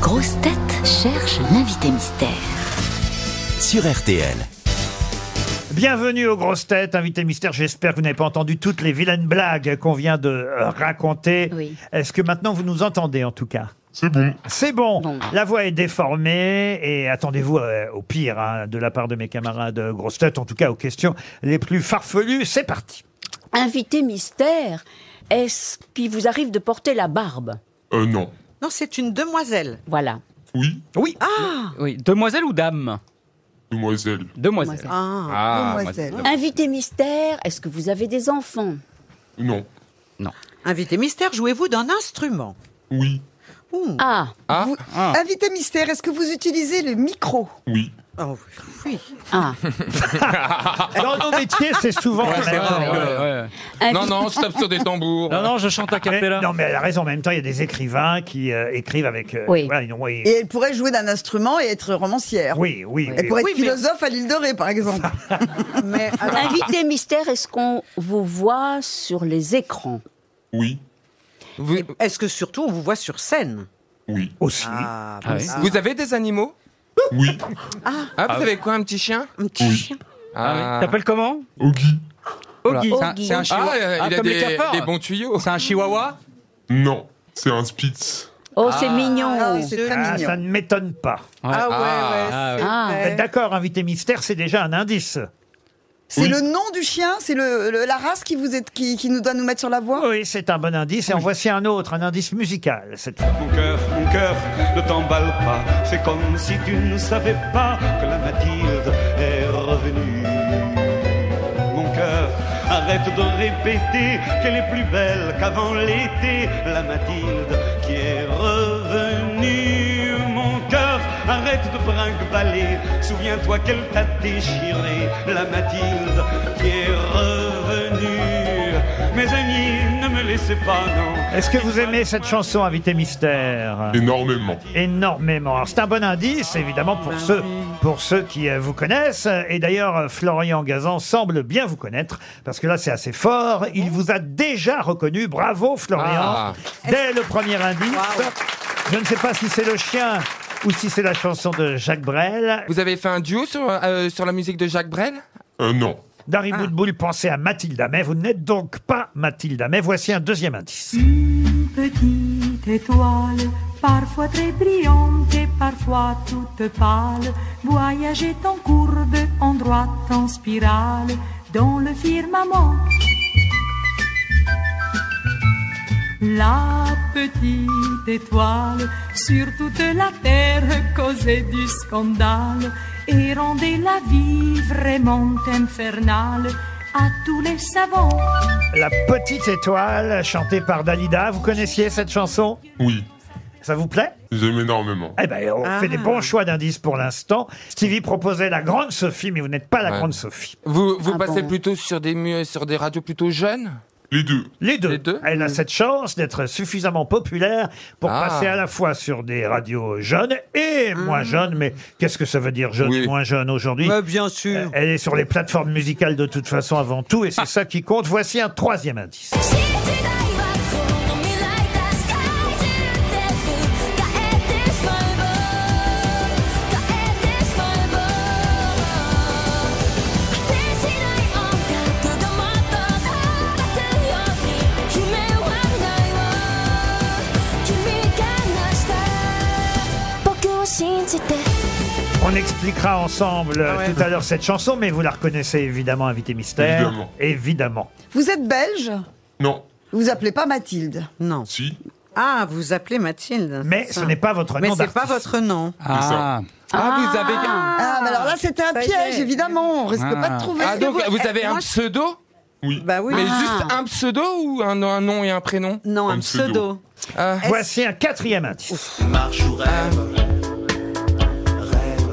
grosses têtes cherchent l'invité mystère. sur RTL. Bienvenue aux grosses têtes, invité mystère. J'espère que vous n'avez pas entendu toutes les vilaines blagues qu'on vient de euh, raconter. Oui. Est-ce que maintenant vous nous entendez en tout cas C'est bon. C'est bon. Bon. La voix est déformée et attendez-vous euh, au pire hein, de la part de mes camarades euh, grosses têtes, en tout cas aux questions les plus farfelues. C'est parti. Invité mystère, est-ce qu'il vous arrive de porter la barbe Euh, non. Non, c'est une demoiselle. Voilà. Oui, Oui, demoiselle ou dame demoiselle. Demoiselle. Demoiselle. Ah. Ah, demoiselle. demoiselle. Invité mystère, est-ce que vous avez des enfants Non. Invité mystère, jouez-vous d'un instrument Oui, Ouh. Ah, Ah, ah. Invité mystère, est-ce que vous utilisez le micro oui. Oh, oui. ah. Dans nos métiers, c'est souvent. la même euh, chose. Invi- Non, non, je tape sur des tambours. Non, non, je chante à Mais- cappella. non, mais elle a raison. En même temps, il y a des écrivains qui euh, écrivent avec. euh, Oui. voilà, ils ont- oui, Et elle pourrait jouer d'un instrument et être romancière. oui, oui. Elle pourrait être Oui, mais- philosophe à l'île de Ré, par exemple. Mais alors, Invité mystère, est-ce qu'on vous voit sur les écrans Oui, Vous, est-ce que surtout on vous voit sur scène oui, Aussi. Ah, Ah oui. bah, vous avez des animaux oui. Ah, vous avez quoi, un petit chien un petit chien. Ah oui. T'appelles comment Ogi, Ogi. Ogi. C'est un- Ah, euh, Ah, il a comme les des, cafards. des bons tuyaux. C'est un chihuahua non. C'est un spitz. Oh, c'est mignon. Ah oui, c'est très Ah, mignon. ça ne m'étonne pas. Ah ouais, ouais, Ah, c'est ah. Vous êtes vrai. Eh, D'accord, invité mystère, c'est déjà un indice. C'est Oui. le nom du chien, c'est le, le- la race qui, vous est, qui, qui nous doit nous mettre sur la voie. Oui, c'est un bon indice. Et en voici un autre, un indice musical. Cette fois. Mon cœur, mon cœur, ne t'emballe pas. C'est comme si tu ne savais pas que la Mathilde est revenue. Mon cœur, arrête de répéter qu'elle est plus belle qu'avant l'été. La Mathilde qui est revenue. Mon cœur, arrête de brinque-baller. Souviens-toi qu'elle t'a déchiré. La Mathilde qui est revenue. Mes amis, ne me laissez pas, non. Est-ce que vous aimez cette chanson, invité mystère Énormément. Énormément. Alors, C'est un bon indice, évidemment, pour ceux, pour ceux qui euh, vous connaissent. Et d'ailleurs, euh, Florian Gazan semble bien vous connaître, parce que là, c'est assez fort. Il vous a déjà reconnu. Bravo, Florian. Ah. Dès le premier indice. Je ne sais pas si c'est le chien ou si c'est la chanson de Jacques Brel. Vous avez fait un duo sur, euh, sur la musique de Jacques Brel Euh, non. Dari Boudboul, pensez à Mathilda May. Vous n'êtes donc pas Mathilda May. Voici un deuxième indice. Petite étoile, parfois très brillante et parfois toute pâle, voyageait en courbe, en droite, en spirale, dans le firmament. La petite étoile sur toute la terre causait du scandale et rendait la vie vraiment infernale à tous les savants. La petite étoile, chantée par Dalida. Vous connaissiez cette chanson Oui, Ça vous plaît j'aime énormément. Eh ben, on fait des bons choix d'indices pour l'instant. Stevie proposait la grande Sophie, mais vous n'êtes pas la Ouais. grande Sophie. Vous, vous Ah passez bon. plutôt sur des, mu- sur des radios plutôt jeunes Les deux. Les deux. Les deux Mm. Elle a cette chance d'être suffisamment populaire pour Ah. Mm. passer à la fois sur des radios jeunes et moins jeunes. Mais qu'est-ce que ça veut dire jeune Oui. et moins jeune aujourd'hui Mais Bah, bien sûr. Elle est sur les plateformes musicales de toute façon avant tout, Ah. et c'est ça qui compte. Voici un troisième indice. On expliquera ensemble euh, Ah ouais. tout à l'heure cette chanson, mais vous la reconnaissez évidemment, Invité Mystère. Évidemment. Évidemment. Vous êtes belge Non. Vous appelez pas Mathilde. Non. Si. Ah, vous appelez Mathilde. Mais c'est ce ça. n'est pas votre Ah. Mais nom c'est pas d'artiste. votre nom. Ah, Ah, vous avez. Ah, Ah, mais alors là, c'était un ça y piège, est. évidemment. On risque Ah. pas de trouver. donc vous avez un moi, pseudo Oui. Bah oui. Mais Ah. juste un pseudo ou un, un nom et un prénom Non, un Un pseudo. pseudo. Ah. Voici un quatrième indice. Marche ou rêve Rêve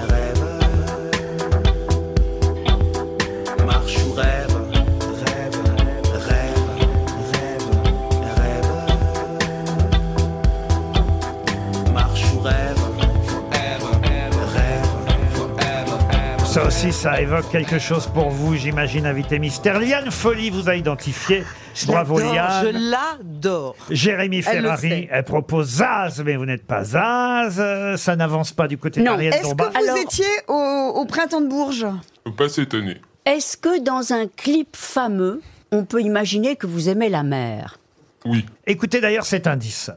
Rêve Marche ou rêve Rêve Rêve Rêve Rêve Marche ou rêve Forever Rêve Forever Ce Ça aussi, ça évoque quelque chose pour vous, j'imagine, invité mystère. Liane Folly vous a identifié. Bravo, l'adore, Liane. Je l'adore. Jérémy Elle le Ferrari, sait. elle propose Zaz, mais vous n'êtes pas Zaz. Euh, Ça n'avance pas du côté d'Ariel Est-ce que Dombas. vous étiez au, au printemps de Bourges Faut pas s'étonner. Est-ce que dans un clip fameux, on peut imaginer que vous aimez la mer Oui. Écoutez d'ailleurs cet indice.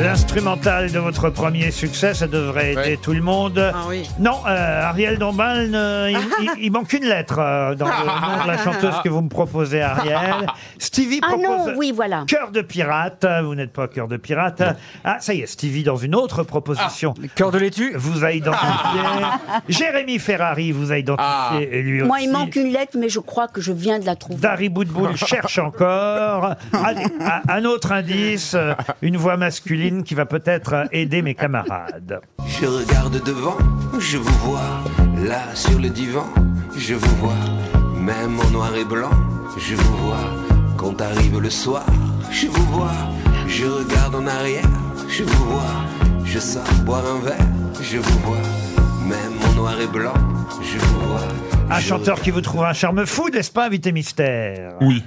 L'instrumental de votre premier succès, ça devrait aider tout le monde. Ah oui. Non, euh, Ariel Dombal, ne- il, il- il manque une lettre euh, dans le nom de la chanteuse que vous me proposez, Ariel. Stevie Ah propose non, oui, voilà. Cœur de pirate. Vous n'êtes pas Cœur de pirate. Ah, ça y est, Stevie, dans une autre proposition, Ah, Cœur de laitue vous a identifié. Jérémy Ferrari vous a Ah. identifié, et lui aussi. Moi, il manque une lettre, mais je crois que je viens de la trouver. Dari Boudboul cherche encore. Un, un- un autre indice, euh, une voix masculine qui va peut-être euh, aider mes camarades. Je regarde devant, je vous vois. Là sur le divan, je vous vois. Même en noir et blanc, je vous vois. Quand arrive le soir, je vous vois. Je regarde en arrière, je vous vois. Je sors boire un verre, je vous vois. Même en noir et blanc, je vous vois. Un Je chanteur qui vous trouve un charme fou, n'est-ce pas, invité mystère Oui.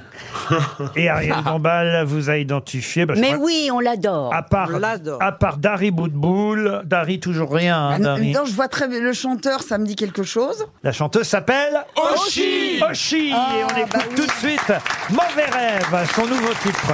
Et Ariel Dombal vous a identifié. bah, je Mais crois- Eh oui, on l'adore. À part, Je l'adore. à part Dari Boudboul, Dari toujours rien. hein, Dari. Bah, Non, je vois très bien le chanteur, ça me dit quelque chose. La chanteuse s'appelle Oshi. Oshi. et on écoute tout de suite Mauvais rêve, son nouveau titre.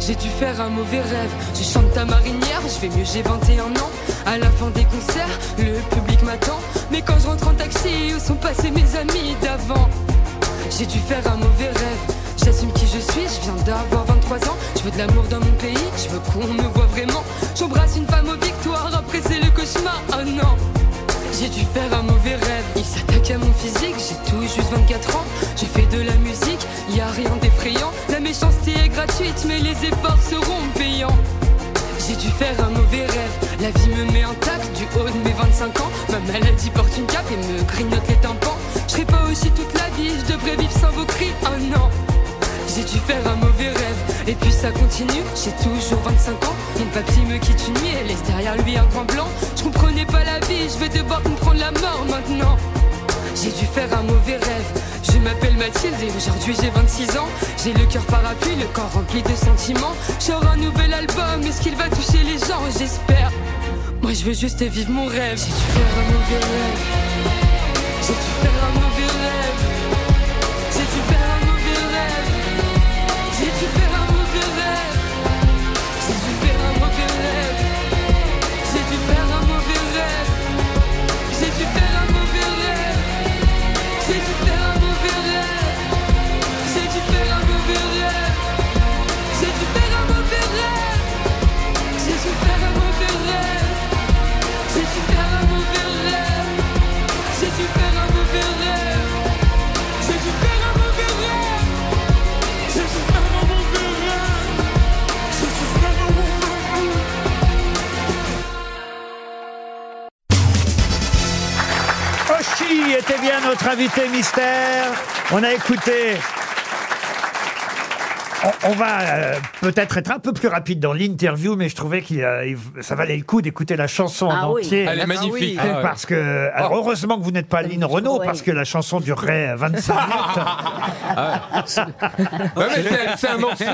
J'ai dû faire un mauvais rêve. Je chante ta marinière, je vais mieux, j'ai 21 ans. À la fin des concerts, le public m'attend. Mais quand je rentre en taxi, où sont passés mes amis d'avant J'ai dû faire un mauvais rêve. J'assume qui je suis, je viens d'avoir 23 ans. Je veux de l'amour dans mon pays, je veux qu'on me voit vraiment. J'embrasse une femme aux victoires, après c'est le cauchemar. Oh non! J'ai dû faire un mauvais rêve. Il s'attaque à mon physique, j'ai tout juste 24 ans. Je fais de la musique, y a rien d'effrayant. La méchanceté est gratuite, mais les efforts seront payants. J'ai dû faire un mauvais rêve. La vie me met intacte du haut de mes 25 ans. Ma maladie porte une cape et me grignote les tympans. Je serai pas aussi toute la vie, je devrais vivre sans vos cris. Oh non! J'ai dû faire un mauvais rêve Et puis ça continue, j'ai toujours 25 ans Mon papy me quitte une nuit et laisse derrière lui un coin blanc Je comprenais pas la vie, je vais devoir comprendre la mort maintenant J'ai dû faire un mauvais rêve Je m'appelle Mathilde et aujourd'hui j'ai 26 ans J'ai le cœur parapluie, le corps rempli de sentiments J'aurai un nouvel album, est-ce qu'il va toucher les gens J'espère Moi je veux juste vivre mon rêve J'ai dû faire un mauvais rêve J'ai dû faire un mauvais rêve J'ai dû faire un mauvais rêve j'ai dû faire un mauvais rêve. J'ai dû faire un mauvais rêve. à notre invité mystère. On a écouté. On, on va euh, peut-être être un peu plus rapide dans l'interview, mais je trouvais que ça valait le coup d'écouter la chanson Ah en oui. entier. Elle est magnifique. Ah Euh, Parce que, alors heureusement que vous n'êtes pas Lynn Renault, parce que la chanson durerait euh, 25 minutes. Ouais, mais c'est- c'est un morceau.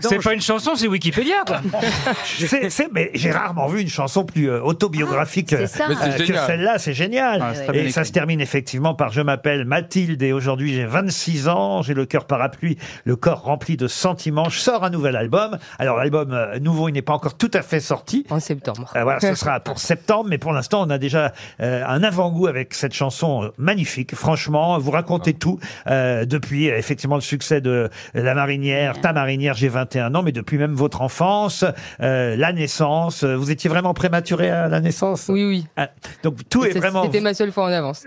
C'est pas une chanson, c'est Wikipédia. mais j'ai rarement vu une chanson plus euh, autobiographique Ah, c'est ça. euh, Mais c'est que génial. celle-là. C'est génial. Ah, c'est et très bien ça écrit. se termine effectivement par Je m'appelle Mathilde et aujourd'hui j'ai 26 ans, j'ai le cœur parapluie, le corps rempli de sentiments. Je sors un nouvel album. Alors l'album euh, nouveau, il n'est pas encore tout à fait sorti. En septembre. voilà, ce sera pour septembre, mais pour l'instant, on a déjà euh, un avant-goût avec cette chanson euh, magnifique. Franchement, vous racontez tout euh, depuis euh, effectivement le succès de La Marinière, Ta Marinière, j'ai 21 ans, mais depuis même votre enfance, euh, la naissance. Vous étiez vraiment prématuré à la naissance Oui, oui. Ah, donc tout est C'est- vraiment. C'était ma seule fois en avance.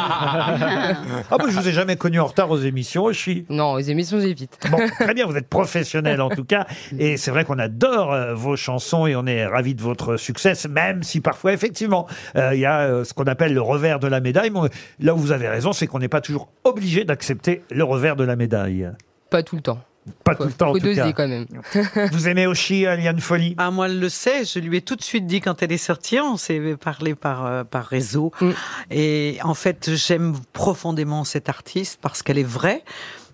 Ah bah, je vous ai jamais connu en retard aux émissions, Oshi. Non, aux émissions, j'évite. Bon, très bien, vous êtes professionnel en tout cas. Et c'est vrai qu'on adore euh, vos chansons et on est ravis de votre succès, même si parfois, effectivement, euh, il y a euh, ce qu'on appelle le revers de la médaille. Mais on- là où vous avez raison, c'est qu'on n'est pas toujours obligé d'accepter le revers de la médaille. Pas tout le temps. Pas tout le temps, en Faut tout cas. doser quand même. Vous aimez Oshi, Liane Folie Ah, moi, elle le sait. Je lui ai tout de suite dit quand elle est sortie. On s'est parlé par, euh, par réseau. Mm. Et en fait, j'aime profondément cette artiste parce qu'elle est vraie.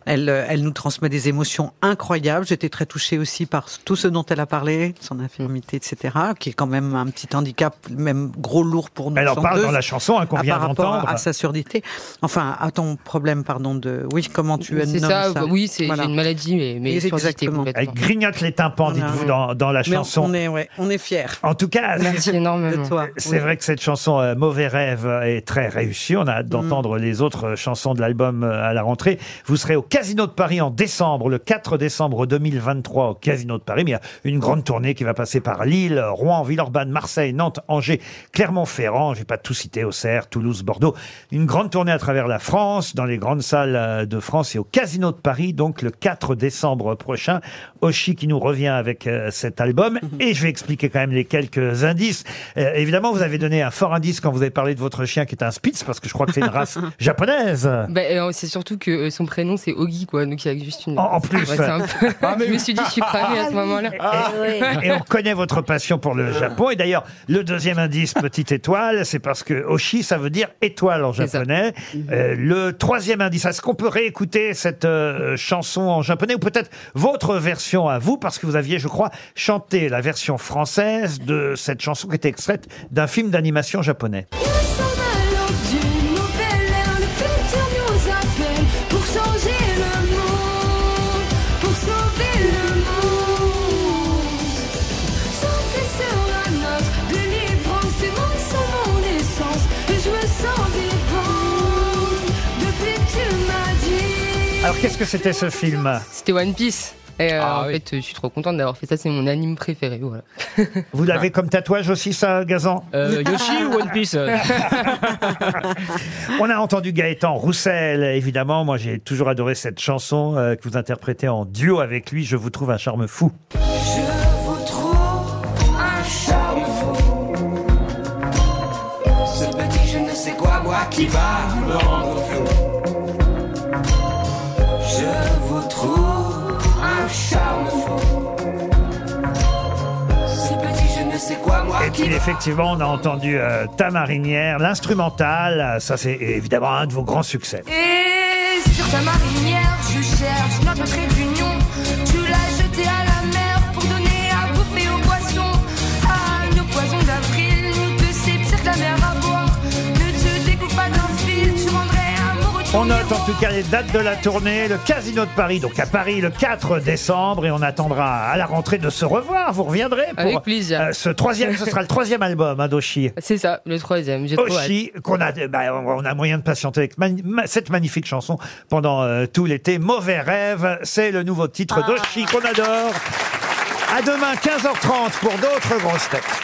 Elle, euh, elle nous transmet des émotions incroyables. J'étais très touchée aussi par tout ce dont elle a parlé, son infirmité, etc., qui est quand même un petit handicap, même gros lourd pour nous. Elle en parle chanteuses, dans la chanson, hein, qu'on à- vient Ah, par rapport à- d'entendre. À sa surdité. Enfin, à ton problème, pardon, de. Oui, comment tu as C'est nommé ça, ça, bah oui, c'est Voilà. j'ai une maladie, mais, mais Exactement. surcitée complètement. Elle grignote les tympans, Voilà. dites-vous, dans, dans la Mais on- chanson. On est, ouais, on est fiers. En tout cas, Merci énormément. de toi. C'est Oui. vrai que cette chanson euh, Mauvais rêve est très réussie. On a hâte d'entendre les autres euh, chansons de l'album euh, à la rentrée. Vous serez au Casino de Paris en décembre, le 4 décembre 2023 au Casino de Paris. Mais il y a une grande tournée qui va passer par Lille, Rouen, Villeurbanne, Marseille, Nantes, Angers, Clermont-Ferrand. J'ai pas tout cité, Auxerre, Toulouse, Bordeaux. Une grande tournée à travers la France, dans les grandes salles euh, de France et au Casino de Paris, donc le 4 décembre prochain. Oshi qui nous revient avec euh, cet album. Et je vais expliquer quand même les quelques indices. Euh, évidemment, vous avez donné un fort indice quand vous avez parlé de votre chien qui est un Spitz, parce que je crois que c'est une race japonaise. Bah, euh, c'est surtout que euh, son prénom c'est Ogi quoi, donc il y a juste une. En- en plus. Ah, Ouais, c'est un peu- je me suis dit, je suis cramée Ah à ce moment-là. Ah. Ah Et on connaît votre passion pour le Japon. Et d'ailleurs, le deuxième indice, petite étoile, c'est parce que Oshi, ça veut dire étoile en japonais. Euh, le troisième indice, est-ce qu'on peut réécouter cette euh, chanson en japonais ou peut-être votre version à vous Parce que vous aviez, je crois, chanté la version française de cette chanson qui était extraite d'un film d'animation japonais. D'une nouvelle ère, le futur nous appelle pour changer le monde, pour sauver le monde. Santé sera notre délivrance, tes mots sont mon essence, et je me sens vivante depuis que tu m'as dit. Alors, qu'est-ce que c'était ce film C'était One Piece. Et euh, Ah en fait, euh, je suis trop contente d'avoir fait ça. C'est mon anime préféré. Voilà. Vous l'avez comme tatouage aussi, ça, Gazan Euh, Yoshi ou One Piece euh On a entendu Gaëtan Roussel, évidemment. Moi, j'ai toujours adoré cette chanson euh, que vous interprétez en duo avec lui. Je vous trouve un charme fou. Je vous trouve un charme fou. Ce petit je ne sais quoi, moi qui va me rendre fou. Je vous trouve un charme fou. Ce petit je ne sais quoi, moi Et qui puis effectivement, on a entendu euh, Ta marinière, l'instrumental. Euh, Ça, c'est évidemment un de vos grands succès. Et sur ta marinière, je cherche notre trait d'union. Tu l'as jeté à la mer pour donner à bouffer aux poissons. Ah, nos poisons d'avril, nous te sépires que la mer à boire. Ne te découpe pas d'un fil, tu rendrais amoureux ton On note en tout cas les dates de la tournée, le Casino de Paris, donc à Paris le 4 décembre, et on attendra à la rentrée de se revoir. Vous reviendrez pour Avec plaisir. euh, ce troisième, ce sera le troisième album, hein, d'Oshi. C'est ça, le troisième. J'ai trop hâte. Oshi, qu'on a, bah, on a moyen de patienter avec mani- ma- cette magnifique chanson pendant euh, tout l'été. Mauvais rêve, c'est le nouveau Ah. titre d'Oshi qu'on adore. À demain, 15h30 pour d'autres grosses têtes.